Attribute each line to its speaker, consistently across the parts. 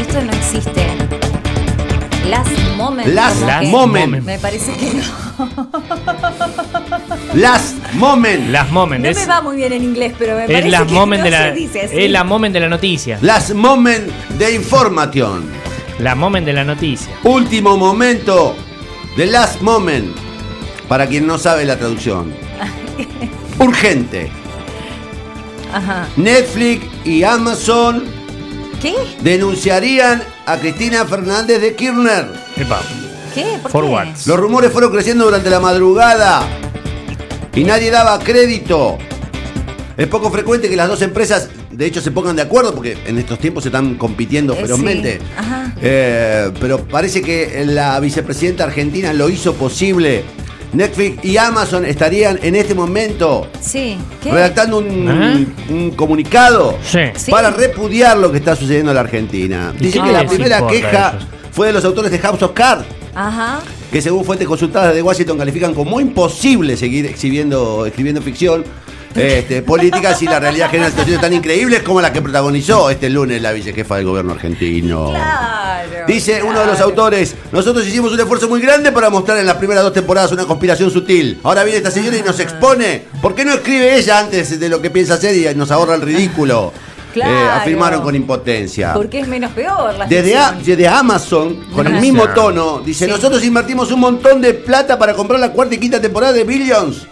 Speaker 1: esto no existe. Las Moments.
Speaker 2: Las
Speaker 1: como que-
Speaker 2: Moments.
Speaker 1: Me parece que no.
Speaker 2: Las Moment.
Speaker 3: Las Moment.
Speaker 1: No
Speaker 3: es
Speaker 1: me va muy bien en inglés, pero me
Speaker 3: es
Speaker 1: parece
Speaker 3: las
Speaker 1: que
Speaker 3: Moment
Speaker 1: no
Speaker 3: de la,
Speaker 1: se dice así.
Speaker 3: es la Moment de la noticia.
Speaker 2: Las Moment de Información.
Speaker 3: La Moment de la noticia.
Speaker 2: Último momento de Last Moment. Para quien no sabe la traducción. Urgente.
Speaker 1: Ajá.
Speaker 2: Netflix y Amazon
Speaker 1: ¿Qué?
Speaker 2: denunciarían a Cristina Fernández de Kirchner.
Speaker 3: Epa.
Speaker 1: ¿Qué? ¿Por
Speaker 3: Forward.
Speaker 1: qué?
Speaker 2: Los rumores fueron creciendo durante la madrugada y nadie daba crédito. Es poco frecuente que las dos empresas, de hecho, se pongan de acuerdo porque en estos tiempos se están compitiendo
Speaker 1: Eh,
Speaker 2: ferozmente.
Speaker 1: sí. Ajá.
Speaker 2: Eh, pero parece que la vicepresidenta argentina lo hizo posible. Netflix y Amazon estarían en este momento
Speaker 1: Sí. ¿Qué?
Speaker 2: redactando un,
Speaker 3: ¿Eh?
Speaker 2: un comunicado
Speaker 3: Sí.
Speaker 1: Sí.
Speaker 2: para repudiar lo que está sucediendo en la Argentina.
Speaker 3: ¿Y
Speaker 2: Dice
Speaker 3: qué
Speaker 2: que la
Speaker 3: les
Speaker 2: primera
Speaker 3: importa
Speaker 2: queja
Speaker 3: a ellos?
Speaker 2: fue de los autores de House of Cards
Speaker 1: Ajá.
Speaker 2: que según fuentes consultadas de Washington califican como imposible seguir exhibiendo, escribiendo ficción este, política si la realidad genera situaciones tan increíbles como la que protagonizó este lunes la vicejefa del gobierno argentino.
Speaker 1: Claro.
Speaker 2: Dice uno de los
Speaker 1: claro.
Speaker 2: autores, nosotros hicimos un esfuerzo muy grande para mostrar en las primeras dos temporadas una conspiración sutil. Ahora viene esta señora y nos expone. ¿Por qué no escribe ella antes de lo que piensa hacer y nos ahorra el ridículo? Eh,
Speaker 1: Claro.
Speaker 2: afirmaron con impotencia.
Speaker 1: Porque es menos peor la
Speaker 2: Desde, a-
Speaker 1: ficción.
Speaker 2: desde Amazon, con el
Speaker 3: Amazon.
Speaker 2: mismo tono, dice,
Speaker 1: Sí.
Speaker 2: nosotros invertimos un montón de plata para comprar la cuarta y quinta temporada de Billions.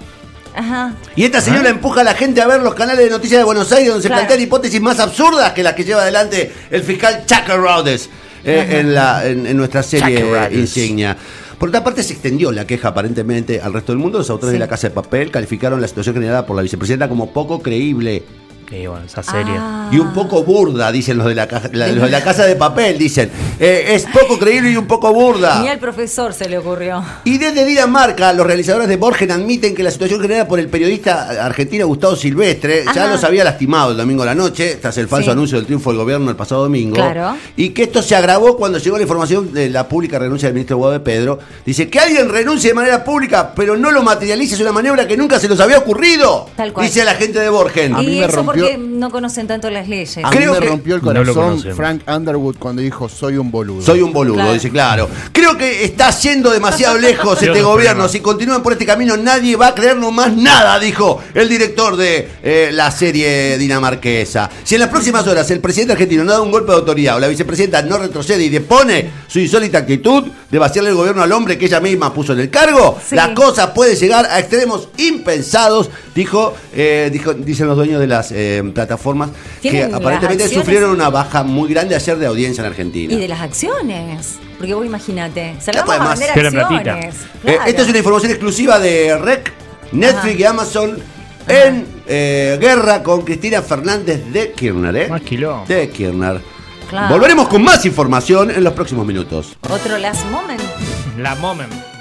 Speaker 1: Ajá.
Speaker 2: Y esta señora empuja a la gente a ver los canales de noticias de Buenos Aires donde se
Speaker 1: Claro.
Speaker 2: plantean hipótesis más absurdas que las que lleva adelante el fiscal Chuck Rhodes eh, en, la- en- en nuestra serie
Speaker 3: Chuck Rhodes.
Speaker 2: insignia. Por otra parte, se extendió la queja aparentemente al resto del mundo. Los autores
Speaker 1: Sí.
Speaker 2: de la Casa de Papel calificaron la situación generada por la vicepresidenta como poco creíble
Speaker 3: Que bueno, esa serie.
Speaker 1: Ah.
Speaker 2: y un poco burda, dicen los de la, caja- la- los de la casa de papel, dicen. Eh, es poco creíble y un poco
Speaker 1: Ni
Speaker 2: burda.
Speaker 1: al profesor se le ocurrió.
Speaker 2: Y desde Dinamarca, los realizadores de Borgen admiten que la situación generada por el periodista argentino Gustavo Silvestre ya
Speaker 1: Ajá.
Speaker 2: los había lastimado el domingo a la noche, tras el falso
Speaker 1: Sí.
Speaker 2: anuncio del triunfo del gobierno el pasado domingo.
Speaker 1: Claro.
Speaker 2: Y que esto se agravó cuando llegó la información de la pública renuncia del ministro Guado de Pedro. Dice que alguien renuncie de manera pública, pero no lo materialice, es una maniobra que nunca se los había ocurrido.
Speaker 1: Tal cual.
Speaker 2: Dice la gente de Borgen.
Speaker 4: A mí
Speaker 1: y
Speaker 4: me
Speaker 1: eso
Speaker 4: rompió-
Speaker 1: porque no conocen tanto las leyes.
Speaker 4: A
Speaker 2: Creo
Speaker 4: mí me
Speaker 2: que-
Speaker 4: rompió el
Speaker 3: No lo
Speaker 4: corazón
Speaker 3: conocemos.
Speaker 4: Frank Underwood cuando dijo soy un boludo.
Speaker 2: Soy un boludo,
Speaker 1: Claro.
Speaker 2: dice, claro. Creo que está yendo demasiado lejos
Speaker 3: Tiene
Speaker 2: este
Speaker 3: otro
Speaker 2: gobierno.
Speaker 3: problema.
Speaker 2: Si continúan por este camino, nadie va a creernos más nada, dijo el director de eh, la serie dinamarquesa. Si en las próximas horas el presidente argentino no da un golpe de autoridad o la vicepresidenta no retrocede y depone su insólita actitud de vaciarle el gobierno al hombre que ella misma puso en el cargo,
Speaker 1: Sí.
Speaker 2: la cosa puede llegar a extremos impensados, dijo, eh, dijo dicen los dueños de las eh, plataformas, que
Speaker 1: Tienen las
Speaker 2: aparentemente
Speaker 1: acciones-
Speaker 2: sufrieron una baja muy grande ayer de audiencia en Argentina.
Speaker 1: Y de las acciones. Porque vos imagínate. Salgamos
Speaker 2: Claro,
Speaker 1: a
Speaker 2: además.
Speaker 1: vender
Speaker 3: Quieren
Speaker 1: acciones.
Speaker 3: platita.
Speaker 2: Eh,
Speaker 1: Claro.
Speaker 2: esta es una información exclusiva de REC, Netflix
Speaker 1: Ajá.
Speaker 2: y Amazon en eh, guerra con Cristina Fernández de Kirchner. ¿eh?
Speaker 3: Más quilombo.
Speaker 2: De Kirchner.
Speaker 1: Claro.
Speaker 2: Volveremos con más información en los próximos minutos.
Speaker 1: Otro last moment.
Speaker 3: La Moment.